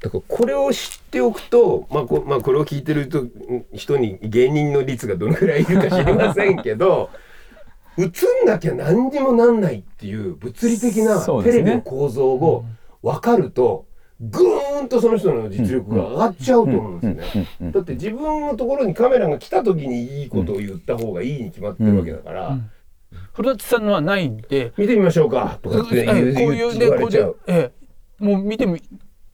だからこれを知っておくと、まあこまあ、これを聞いてる人人に芸人の率がどのくらいいるか知りませんけど 映んなきゃ何にもなんないっていう物理的なそうでテすねレビの構造を分かるとぐーんとその人の実力が上がっちゃうと思うんですね。うんだって自分のところにカメラが来た時にいいことを言った方がいいに決まってるわけだから、うん古舘さんのはないんで見てみましょうかとかってえ言えうこういうで言わこれうちでゃう。ええもう見てみ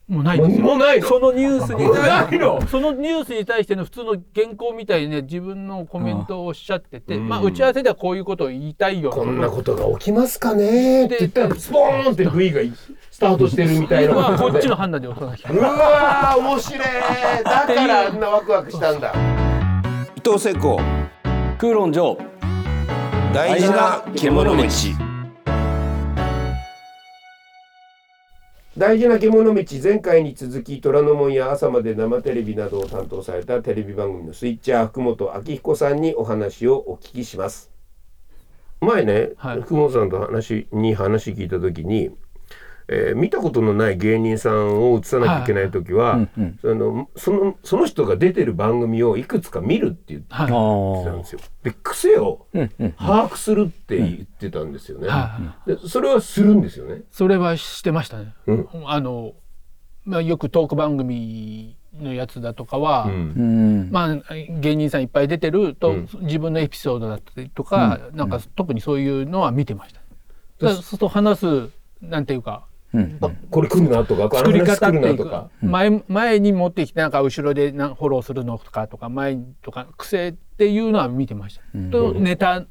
もうないもでうすよもうないのそのニュースに対ないのそのニュースに対しての普通の原稿みたいにね自分のコメントをおっしゃっててうんまあ打ち合わせではこういうことを言いたいよこんなことが起きますかねって言ったらスポーンって V がスタートしてるみたいなまあこっちのの判断で起こさなきゃうわー面白いだからあんなワクワクしたんだ伊藤聖子空論上大事な獣道大事な獣道前回に続き虎ノ門や朝まで生テレビなどを担当されたテレビ番組のスイッチャー福本明彦さんにお話をお聞きします前ね、はい福本さんと話に話聞いた時に、えー見たことのない芸人さんを映さなきゃいけない時は、そのそのその人が出てる番組をいくつか見るって言ってはいあはたんーですよで癖をうんうん把握するって言ってたんですよね、いでそれはするんですよねそれはしてましたねうんあのまあよくトーク番組のやつだとかはんうんまあ、芸人さんいっぱい出てると、うん自分のエピソードだったりとか、なんか特にそういうのは見てました、ね。だからそうすると話すなんていうかうんあこれ来るなとか、作り方って来るいなうとかか。前前に持ってきてなんか後ろでなんフォローするのとかとか前とか癖っていうのは見てました、とネタ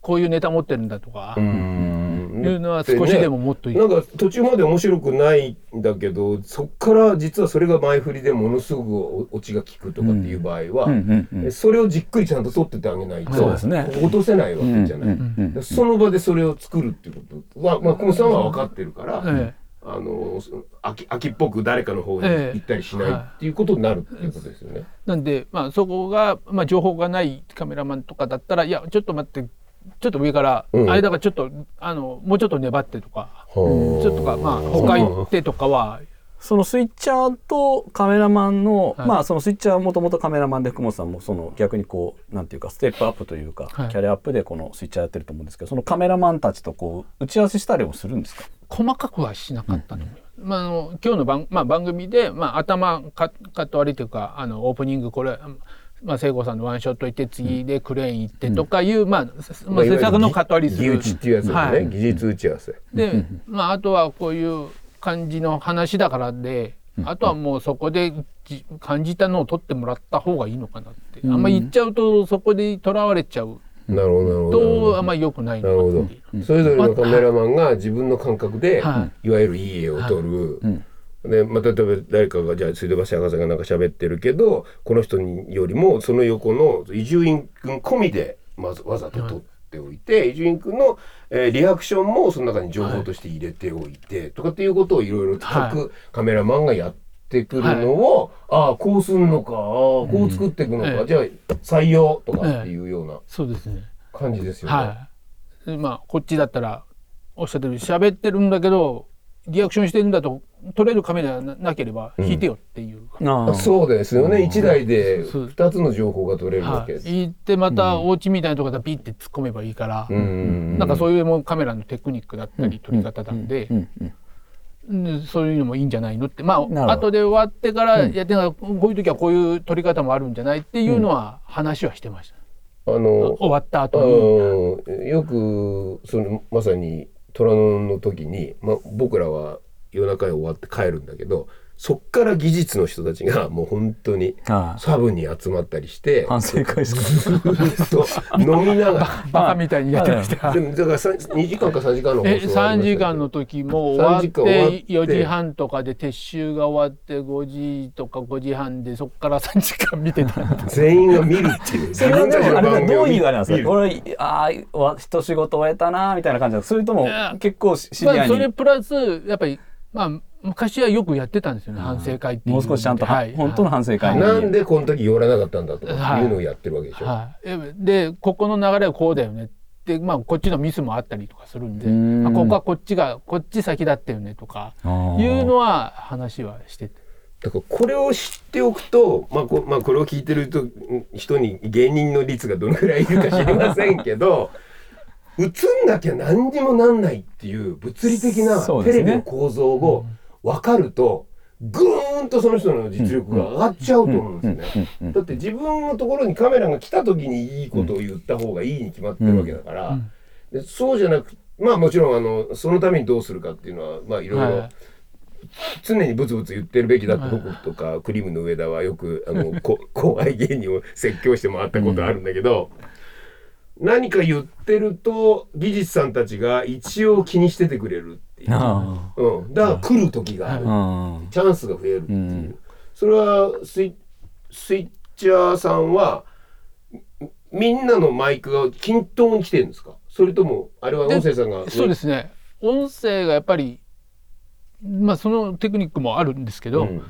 こういうネタ持ってるんだとか、うんいうのは少しでももっといいねなんか途中まで面白くないんだけどそっから実はそれが前振りでものすごくオチが効くとかっていう場合は、うんうんうんそれをじっくりちゃんと取っててあげないとそうですね落とせないわけじゃない、うんうんうんその場でそれを作るっていうことは、まあ、このさんは分かってるから、えあのその秋秋っぽく誰かの方にええ行ったりしないっていうことになるっていうことですよね。なんで、まあ、そこが、まあ、情報がないカメラマンとかだったら「いやちょっと待ってちょっと上から、うん間がちょっとあのもうちょっと粘って」とかちょちょっとか、まあ、他行ってとかは、そのスイッチャーとカメラマンの、はいまあそのスイッチャーはもともとカメラマンで福本さんもその逆にこうなんていうかステップアップというか、はいキャリアアップでこのスイッチャーやってると思うんですけどそのカメラマンたちとこう打ち合わせしたりもするんですか細かくはしなかったと思います。まあ、あの今日の番,、まあ、番組で、まあ、頭カカット割りというかあのオープニングこれ、まあ、聖子さんのワンショット行って次でクレーン行ってとかいう、まあせまあ、制作のカット割りす技打るちっていうやつですね、はい技術打ち合わせ。で、まあ、あとはこういう感じの話だからで、あとはもうそこでじ感じたのを取ってもらった方がいいのかなって、あんまり言っちゃうとそこでとらわれちゃうなるほどなるほど。とあんまり良くないなるほのどかって。それぞれのカメラマンが自分の感覚で、、はいわゆるいい絵を撮る。でまあ、例えば誰かがじゃあ水道橋博士がなんか喋ってるけどこの人によりもその横の伊集院君込みでまずわざと撮っておいて伊集院君の、えーリアクションもその中に情報として入れておいて、とかっていうことをいろいろは各カメラマンがやってくるのを、ああこうすんのかああこう作っていくのか、うんじゃあ採用とかっていうようなそうですね。感じですよね。はい。でまあこっちだったらおっしゃってる喋ってるんだけどリアクションしてるんだと撮れるカメラななければ引いてよっていう。あそうですよね、一1台でそう2つの情報が取れるわはけいです。行ってまたお家みたいなとこでピッて突っ込めばいいから、うんなんかそういうもうカメラのテクニックだったり撮り方なんで、でそういうのもいいんじゃないのってまなるほあど後で終わってからやってながら、こういう時はこういう撮り方もあるんじゃないっていうのは話はしてました、あの終わった後に、うんよくそのまさに虎ノ門の時に、ま、僕らは夜中に終わって帰るんだけどそっから技術の人たちがもう本当にあサブに集まったりして反省会ですかずーっと飲みながバカみたいにやってました、らでもだからさん2時間か3時間の放送えがありました3けど時間の時もう3終時わ間終わっってて4時半とかで撤収が終わって5時とか5時半でそこから3時間見て たんで全員が見るっていうそれはでもあれはどういうあれなん見でするかこれああわ一仕事終えたなみたいな感じなんですかそれともや結構しシビまアあそれにプラスやっぱりまあ昔はよくやってたんですよね反省会っていうもう少しちゃんとは本当の反省会になんでこの時寄らなかったんだとかっていうのをやってるわけでしょ。はい、えでここの流れはこうだよねって、まあ、こっちのミスもあったりとかするんでうーんあここはこっちがこっち先だったよねとかあーいうのは話はしててだからこれを知っておくと、まあこまあ、これを聞いてる人人に芸人の率がどのくらいいるか知りませんけど 映んなきゃ何にもなんないっていう物理的なそうテですねレビの構造を分かるとぐーんとその人の実力が上がっちゃうと思うんですね。うんうんうんうんだって自分のところにカメラが来た時にいいことを言った方がいいに決まってるわけだから、でそうじゃなくまあもちろんあのそのためにどうするかっていうのはまあいろいろ。はい常にブツブツ言ってるべきだって僕とかクリームの上田はよくあの こ後輩芸人を説教して回ったことあるんだけど、何か言ってると技術さんたちが一応気にしててくれるっていう、あうん、だから来る時がある、あうんチャンスが増えるっていう、うんそれはスイスイッチャーさんはみみんなのマイクが均等に来てるんですかそれともあれは音声さんがそうですすね音声がやっぱりまあそのテクニックもあるんですけど、うん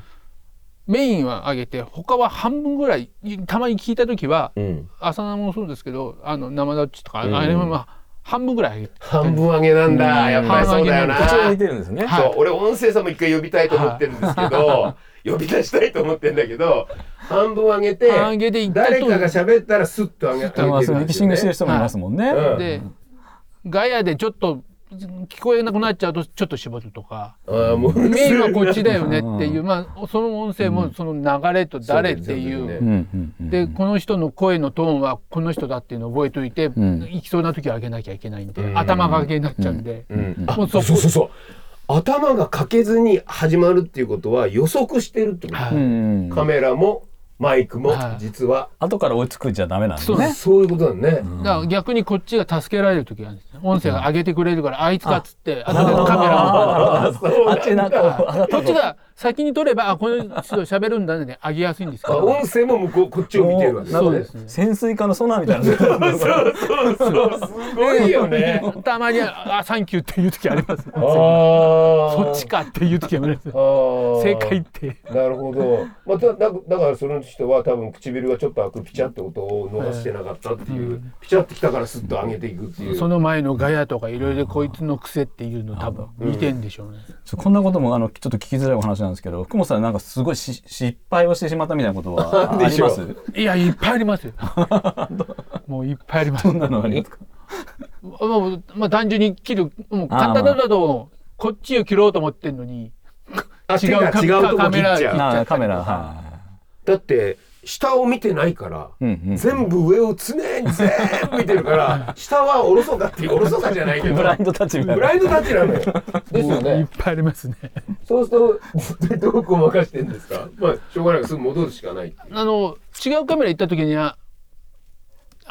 メインは上げて他は半分ぐらいたまに聞いた時はうん、朝生もそうですけどあの生ダッチとか、うんあれはまあ半分ぐらい上げて半分上げなんだ、やっぱりそうだよなこちらに出るんですね。はいそう俺音声さんも一回呼びたいと思ってるんですけど呼び出したいと思ってるんだけど半分上げて半上げで一回誰かが喋ったらスッと上げあま上あげてそうるミんですキシよンねグしてる人もいますもんね。うんでガヤでちょっと聞こえなくなっちゃうとちょっと絞るとかああもうメインはこっちだよねっていううまあその音声もその流れと誰っていう。そうだようんねうんうんでこの人の声のトーンはこの人だっていうのを覚えておいて、ん行きそうな時は上げなきゃいけないんで、うん頭が上げになっちゃうんで、うんもあうそそうこそうそう頭がかけずに始まるっていうことは予測してるってこと、はういんカメラもマイクもはい実は、後から追いつくんじゃダメなんですそうね。そういうことだね、だから逆にこっちが助けられる時があるんですね音声が上げてくれるから、あいつかっつってあとでカメラをああそうあっちなんかこっちが先に取ればあこの人喋るんだねで上げやすいんですけあど音声も向こうこっちを見てるわけなんそかうでねすね潜水艦のソナーみたいな。そうそうそう すごいよね たまにあ「サンキュー」っていう時ありますあーそっちかっていう時ありますあー正解ってなるほど、まあ、だだだからその人は多分唇がちょっと開くピチャって音を逃してなかったっていう、ピチャってきたからスッと上げていくっていう、その前のガヤとかいろいろこいつの癖っていうの多分見てんでしょうね、ちょこんなこともあのちょっと聞きづらいお話なんですけど、福本さんなんかすごいし失敗をしてしまったみたいなことはありでしょまうす？いやいっぱいありますよもういっぱいありますそんなのありますか？もう、まあ、単純に切る、もう、刀だと、こっちを切ろうと思ってんのに、あ違う手がカ違うとこ切っカメちラゃうなあカメラはだって下を見てないから、い。うんうん。全部上を常に全部見てるから下はおろそかっていうおろそかじゃないけどブラインドタッチみたいブなラ。インドタッチなのよですよいっねぱいありますね。そうすると どうごまかしてんですかまあしょうがないすぐ戻るしかないあの、違うカメラ行った時には、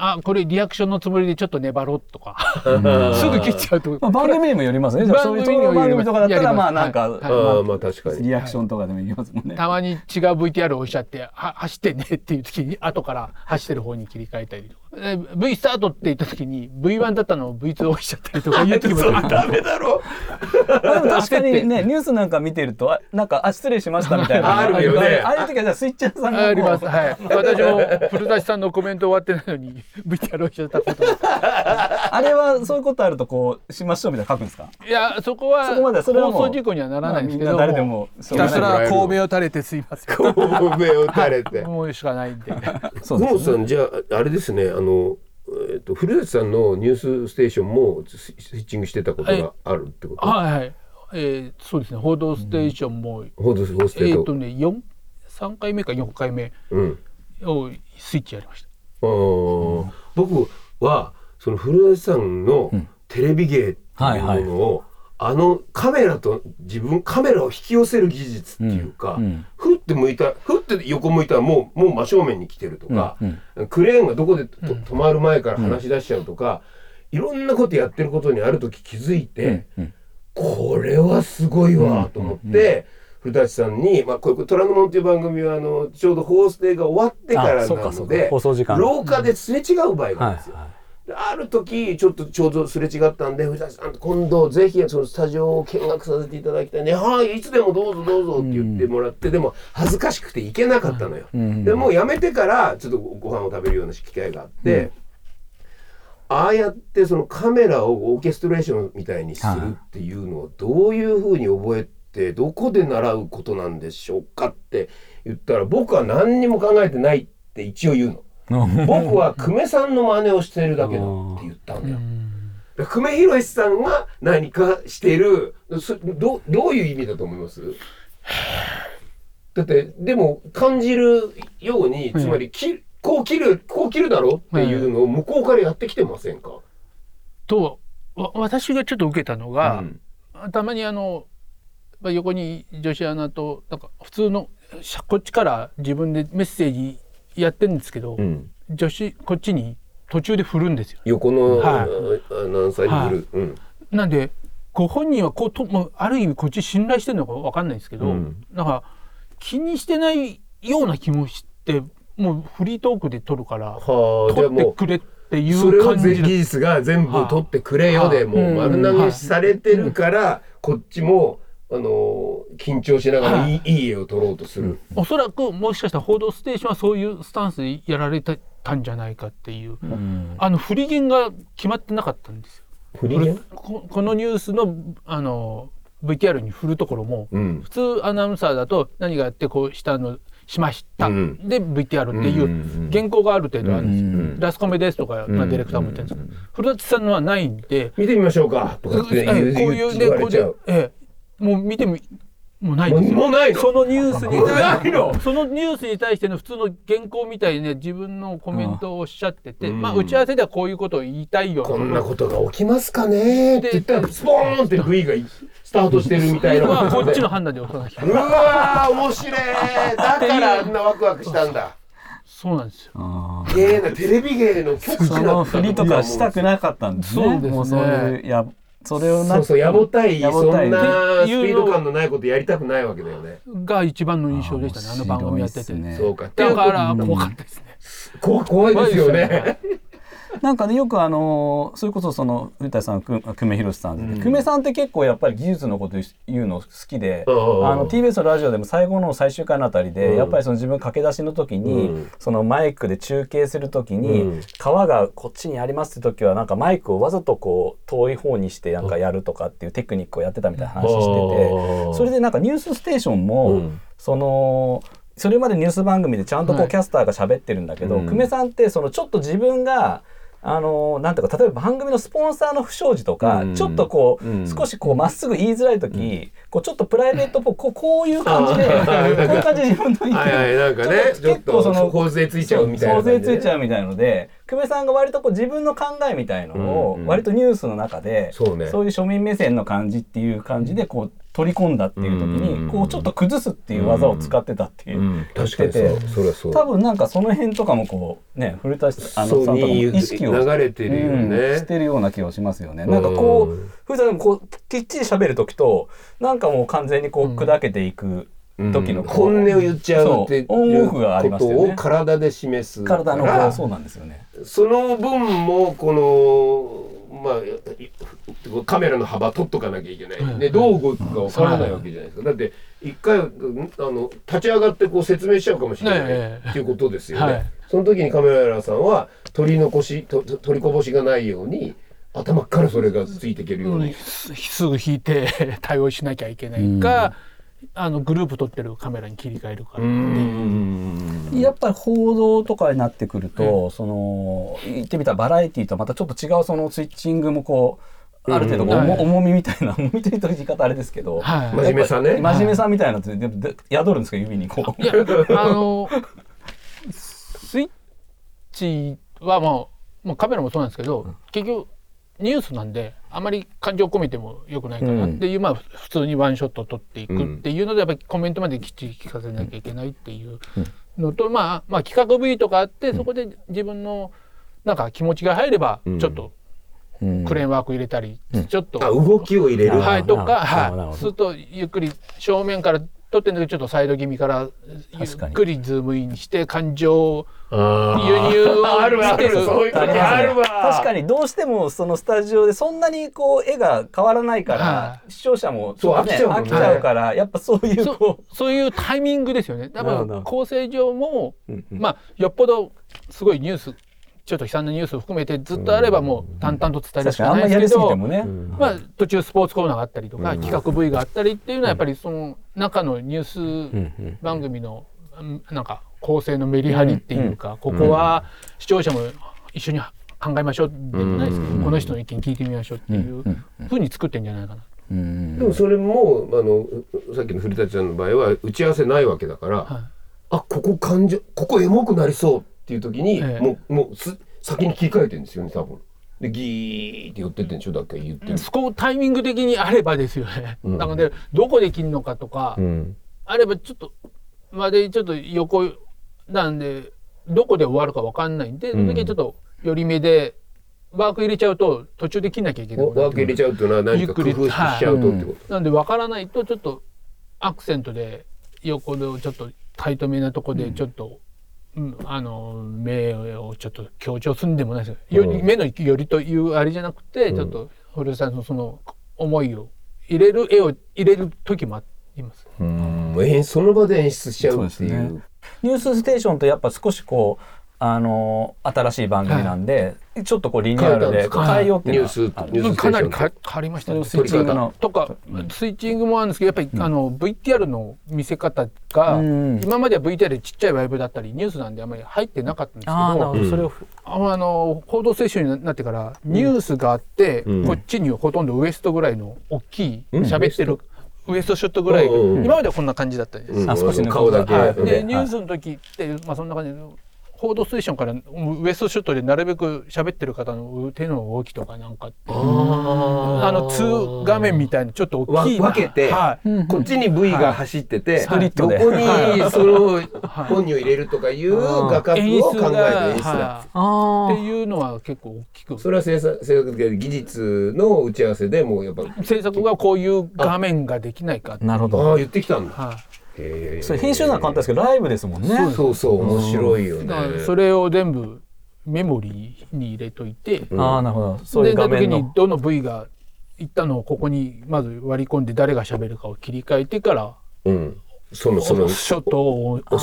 あ、これリアクションのつもりでちょっと粘ろうとか、 すぐ切っちゃうと。まあ番組にもよりますね。じゃあそういう番組にもより番組ますとかだったやりまらすまあなんかはいあまあーまあ確かにリアクションとかでも言いますもんね。たまに違う VTR を押しちゃって、は走ってねっていう時に、 後から走ってる方に切り替えたりとか。え V スタートって言った時に、V1 だったのを V2 を押しちゃったりとかいう時もそれダメだろまあでも確かにね、ニュースなんか見てると、あなんか、あ、失礼しましたみたいな。あるよねああいう時は、じゃあ、スイッチャーさんがもう。あります。はい。私も、古舘さんのコメント終わってないのに、VTR を押しちゃったことがあれは、そういうことあると、こう、しましょうみたいなの書くんですか。いやそこはそこまでそれはもう放送事故にはならないんですけど、まあみんな誰でもひたすらそう神戸を垂れてすいませんこう上を垂れ て思うしかない んでそ久本さんじゃああれですねあの、えっと古舘さんの「ニュースステーション」もススイッチングしてたことがあるってこと、はいはい、えー、そうですね「報道ステーションも」ホードスホースえテっ、ーとト、ね四三回目か四回目うんをスイッチやりましたあー僕はその古舘さんのテレビ芸っていうものを、あのカメラと自分カメラを引き寄せる技術っていうか、うんうんふって向いたふって横向いたらもうもう真正面に来てるとか、クレーンがどこでと止まる前から話し出しちゃうとか、いろんなことやってることにある時気づいて。これはすごいわと思って、古舘さんに、まあ、こういう「虎ノ門」っていう番組はあのちょうど放送デーが終わってからなあそうかそのうかで放送時間廊下ですれ違う場合があるんですよ。はである時ちょっとちょうどすれ違ったんで「藤田さん今度ぜひそのスタジオを見学させていただきたいねはいいつでもどうぞどうぞ」って言ってもらって、でも恥ずかしくて行けなかったのよ。でもうやめてからちょっとご飯を食べるような機会があって。ああやってそのカメラをオーケストレーションみたいにするっていうのをどういうふうに覚えってどこで習うことなんでしょうかって言ったら僕は何にも考えてないって一応言うの。僕は久米さんの真似をしてるだけだって言ったんだよ。だから久米宏さんが何かしてるそどどういう意味だと思いますだってでも感じるようにつまりき、こう切るこう切るだろっていうのを向こうからやってきてませんか、とわ私がちょっと受けたのが、うんたまにあのまあ横に女子アナとなんか普通のしゃこっちから自分でメッセージやってるんですけど、うん女子こっちに途中で振るんですよ。横の、はいあアナウンサーに振る、うんなんでご本人はこうともうある意味こっち信頼してるのかわかんないですけど、うんなんか気にしてないような気もしてもうフリートークで撮るからはあじゃ撮あってもくれっていううそれを感技じだ術が全部取ってくれよはでいもうはい丸投げされてるからこっちもあのー緊張しながらいいいい絵を撮ろうとする。おそらくもしかしたら「報道ステーション」はそういうスタンスでやられてたんじゃないかっていう、あの振り弦が決まってなかったんですよ。振りねここのニュースのあの VTR に振るところも、うん普通アナウンサーだと何があってこうしたのしました、うんで VTR っていうんうんううん原稿がある程度あるんですよ、うんラスコメですとか、まあ、ディレクターも言ってるんですけど、古舘さんのはないんで、見てみましょうかとかってえ言えうこういうね言わこれうちでゃう。ええもう見てももうないですよもうないのそのニュースに対ないのそのニュースに対しての普通の原稿みたいにね自分のコメントをおっしゃっててうんまあ打ち合わせではこういうことを言いたいよこんなことが起きますかねって言ったらスポーンって V がスタートしてるみたいなまあこことでっちの判断で押さなきゃうわー面白いだからあんなワクワクしたんだそうなんですよあー芸なテレビ芸の極そ致だのった振りとかしたくなかったんですね。そうですねもうそういうやそれをなそうそうやぼたいやそぼたいんなスってピいうのード感のないことやりたくないわけだよねが一番の印象でしたねあの番組やってて、面白いっすねそうかってだからうん怖かったですねこ怖いですよね なんかねよくあのーそれこそその古田さんく久米宏さんで、久米さんって結構やっぱり技術のこと言うの好きで、うんうんうんあの TBS のラジオでも最後の最終回のあたりで、うんやっぱりその自分駆け出しの時に、うんそのマイクで中継する時に、うん川がこっちにありますって時はなんかマイクをわざとこう遠い方にしてなんかやるとかっていうテクニックをやってたみたいな話してて、うんそれでなんかニュースステーションも、うんそのそれまでニュース番組でちゃんとこはういキャスターが喋ってるんだけど、うん久米さんってそのちょっと自分があのなんていうか例えば番組のスポンサーの不祥事とか、うんちょっとこう、うん少しこうまっすぐ言いづらい時、こうちょっとプライベートっぽくこうこういう感じでこあーういう感じで自分の意見をはいはいなんかねちょっと頬杖ついちゃうみたいなそう頬感じ杖でついちゃうみたいので久米さんが割とこう自分の考えみたいのうをんうん割とニュースの中で、そうねそういう庶民目線の感じっていう感じでこう取り込んだっていう時うんうんうにんこうちょっと崩すっていう技を使ってたっていう、うん確かにそうそれはそう多分なんかその辺とかもこうね古田さんあのさそうんとかもに意識を流れてるようんしねてるような気がしますよね。なんかこうんう古田さんもこうきっちり喋る時となんかもう完全にこう砕けていく時のうんこう本音を言っちゃうっていうそうオンオフがありこまとすよをね。体で示すから体のこうそうなんですよね。その分もこのまあカメラの幅取っとかなきゃいけない、ね、どう動くかわからないわけじゃないですか、だって一回あの立ち上がってこう説明しちゃうかもしれない、ええっていうことですよね、はいその時にカメラさんは取り残しと取りこぼしがないように頭からそれがついていけるように、すすぐ引いて対応しなきゃいけないか、あのグループ撮ってるカメラに切り替えるか、やっぱり報道とかになってくると、その言ってみたらバラエティーとまたちょっと違うそのスイッチングもこうある程度こう、うん重はい重みみたいな 重みというと言い方あれですけど、はい真面目さね真面目さみたいなのってでで宿るんですか指にこういやあのスイッチはもうもうカメラもそうなんですけど、結局ニュースなんであまり感情込めてもよくないかなっていう、まあ普通にワンショット撮っていくっていうので、やっぱりコメントまできっちり聞かせなきゃいけないっていうのと、まあ、まあ企画部位とかあってそこで自分のなんか気持ちが入ればちょっと クレーンワーク入れたり、ちょっと、あ動きを入れる、はい、とか、なるほどなるはほい、どするとゆっくり正面から撮ってんだけどちょっとサイド気味からゆ確かっにくりズームインして感情輸あ入をあるわしてるそういうことありますねあるわ確かにどうしてもそのスタジオでそんなにこう絵が変わらないから、は視聴者もそうちょっ飽ときちゃうもんね飽きちゃうから、やっぱそういうこそそういうタイミングですよね多なるほど分構成上も、まあよっぽどすごいニュースちょっと悲惨なニュースを含めてずっとあればもう淡々と伝える確しかにかあんなまいりやでりすすぎけどてもね、まあ、途中スポーツコーナーがあったりとか、企画部位があったりっていうのはやっぱりその中のニュース番組のうんなんか構成のメリハリっていうか、ここは視聴者も一緒に考えましょうでもないですけど、この人の意見聞いてみましょうっていうふうに作ってんじゃないかな。でもそれもあのうさっきの古田ちゃんの場合は打ち合わせないわけだから、あここ感情ここエモくなりそうっていう時に、ええもうもうす先に切り替えてるんですよね多分。でギーって寄ってってんでしょだっけ言ってる。そこタイミング的にあればですよね。なのでどこで切るのかとか、うんあればちょっとまでちょっと横なんでどこで終わるかわかんないんで、その時ちょっと寄り目でワーク入れちゃうと途中で切んなきゃいけないワーク入れちゃうっていうのは何か工夫しちゃうとってこと。なんでわからないとちょっとアクセントで横でちょっとタイトめなとこでちょっと、うんあの目をちょっと強調するんでもないですよ、より目の寄りというあれじゃなくて、ちょっと古さんのその思いを入れる絵を入れる時もあります。うんえーその場で演出しちゃそううでっすていねう。。ニュースステーションとやっぱ少しこう、あの新しい番組なんで、ちょっとこうリニューアルで変えたんですか変えようってニいうュのースはあるニュースステかーなショりン変わ変わりましたね。スイッチングのとか、スイッチングもあるんですけど、やっぱり、あの VTR の見せ方が、うん今までは VTR でちっちゃいライブだったりニュースなんであまり入ってなかったんですけど、ああなるほど、それをああの報道セッションにななってからニュースがあって、うんこっちにほとんどウエストぐらいの大きいうん喋ってるウエストショットぐらい、うんうん今まではこんな感じだったんです。うんあ少し抜く顔だけ。はいうんでニュースの時って、まあ、そんな感じで報道ステーションからウエストショットでなるべく喋ってる方の手の動きとかなんかってああの2画面みたいなちょっと大わきい分けて、はいこっちに V が走ってて、プリットどでこにその本にを入れるとかいう画角演を考出えるが演出だは。あいっていうのは結構大きくそれは制作制作的な技術の打ち合わせでもうやっぱ制作がこういう画面ができないかってなるほあどあ言ってきたんだ。はへえそれ編集なら簡単ですけどライブですもんねそうそうそう面白いよいねだ。からそれを全部メモリーに入れといて、ああなるほどそういう画面で時にのどの部位がいったのをここにまず割り込んで誰が喋るかを切り替えてからうんそのその押すショットをと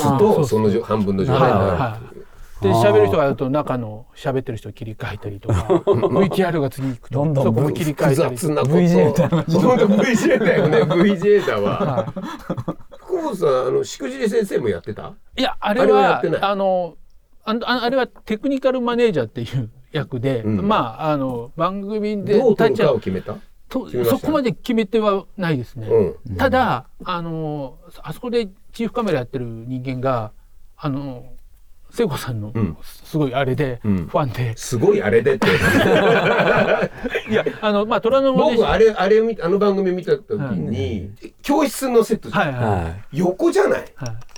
そのじょ半分の状態になるっていう。い、で喋る人がやると中の喋ってる人を切り替えたりとか VTR が次行くとどんどんそこも切り替えた複り雑なこと。 VJ みたいな本当 VJ だよね VJ だわ。福本さんあのしくじり先生もやってた？いやあれあれはやはってないあのあのああれはテクニカルマネージャーっていう役で、うんまああの番組でどう取る立ちかを会う決めた？と決めましたそこまで決めてはないですね、うただあのあそこでチーフカメラやってる人間があの聖子さんのんすごいあれで、うんファンで、すごいあれでって。いやあのまあ虎ノ門で僕あれあれを見あの番組見た時に、教室のセットじゃんはいはい、はいはい横じゃない。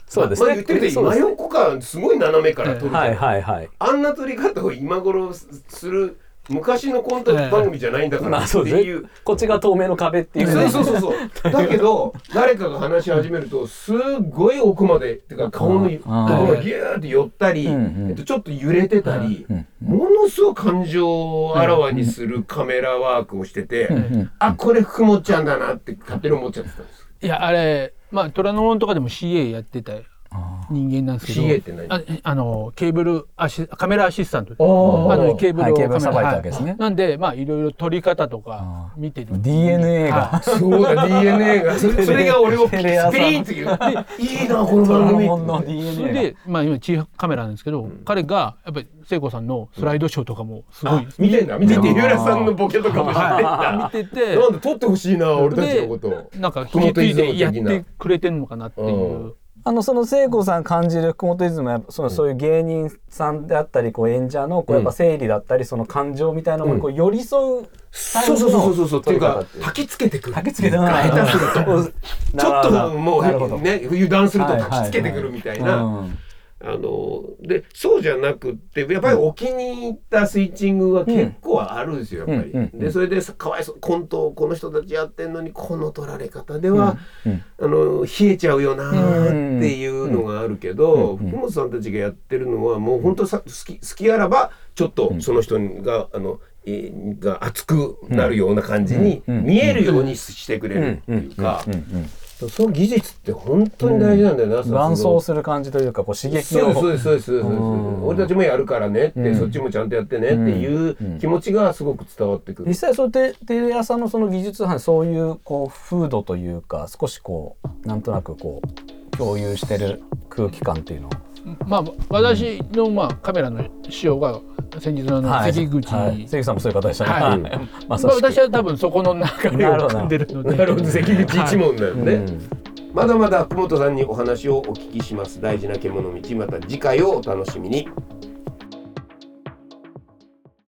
そうですまあね言ってみてそうで真す横からすごい斜めから撮るじゃんはいはいはいあんな撮り方を今頃すする昔のコント番組じゃないんだからまあってそうですいうね。こっちが透明の壁っていうねそうそうそう そう。だけど誰かが話し始めるとすっごい奥までっていうか顔のところがギューって寄ったり、うんうんえっとちょっと揺れてたり、んものすごい感情をあらわにするカメラワークをしてて、うんあこれ福本ちゃんだなって勝手に思っちゃってたんです。いやあれまあ虎ノ門とかでも CA やってた人間なんですけど CA って何ああのケーブルアシカメラアシスタントおーあのケーブルはをいケーブルをカメさばラいたわけですねはいなんでまあいろいろ撮り方とか見てる DNA がはそう だ DNA がそれそれが俺をピテレ朝のーンって言うでいいなこのドラ番組ゴンのいそ DNA れがでまあ今チーフカメラなんですけど、彼がやっぱり聖子さんのスライドショーとかもすごい、見てんだ見てて井浦さんのボケとかも知ってんだ見ててなんで撮ってほしいな俺たちのことをなんか引き継いでやってくれてるのかなっていう、うんあのその聖子さん感じる福本イズムはやっぱそのそういう芸人さんであったりこう演者のこうやっぱ整理だったりその感情みたいなものにこう寄り添うタイそプのうそうそうそうそうって撮いうり方かって焚きつけてくる焚き付けたな下手すると ちょっともなるほどうね油断するとはいはいはい焚きつけてくるみたいうなんあのでそうじゃなくってやっぱりお気に入ったスイッチングは結構あるんですよ、やっぱり。うんうんうんでそれでさかわいそうコントをこの人たちやってんのにこの取られ方では、あの冷えちゃうよなーっていうのがあるけど、福本さんたちがやってるのはもう本当さ好き好きあらばちょっとその人が、あのえーが熱くなるような感じに見えるようにしてくれるっていうか。らその技術って本当に大事なんだよな、その伴走する感じというかこう刺激そうですそうをですそうですそうです、うん俺たちもやるからねって、うんそっちもちゃんとやってねっていう気持ちがすごく伝わってくる、実際そうテテレ朝のその技術班そういうこう風土というか少しこうなんとなくこう共有してる空気感っていうのはまあ私のまあカメラの仕様が先日のあの関口はい、関口さんもそういう方でしたね。はいはいままあさしく私は多分そこの流れなをるほど組んでるので なるほど関口一問だよね、うんまだまだ久本さんにお話をお聞きします大事な獣道また次回をお楽しみに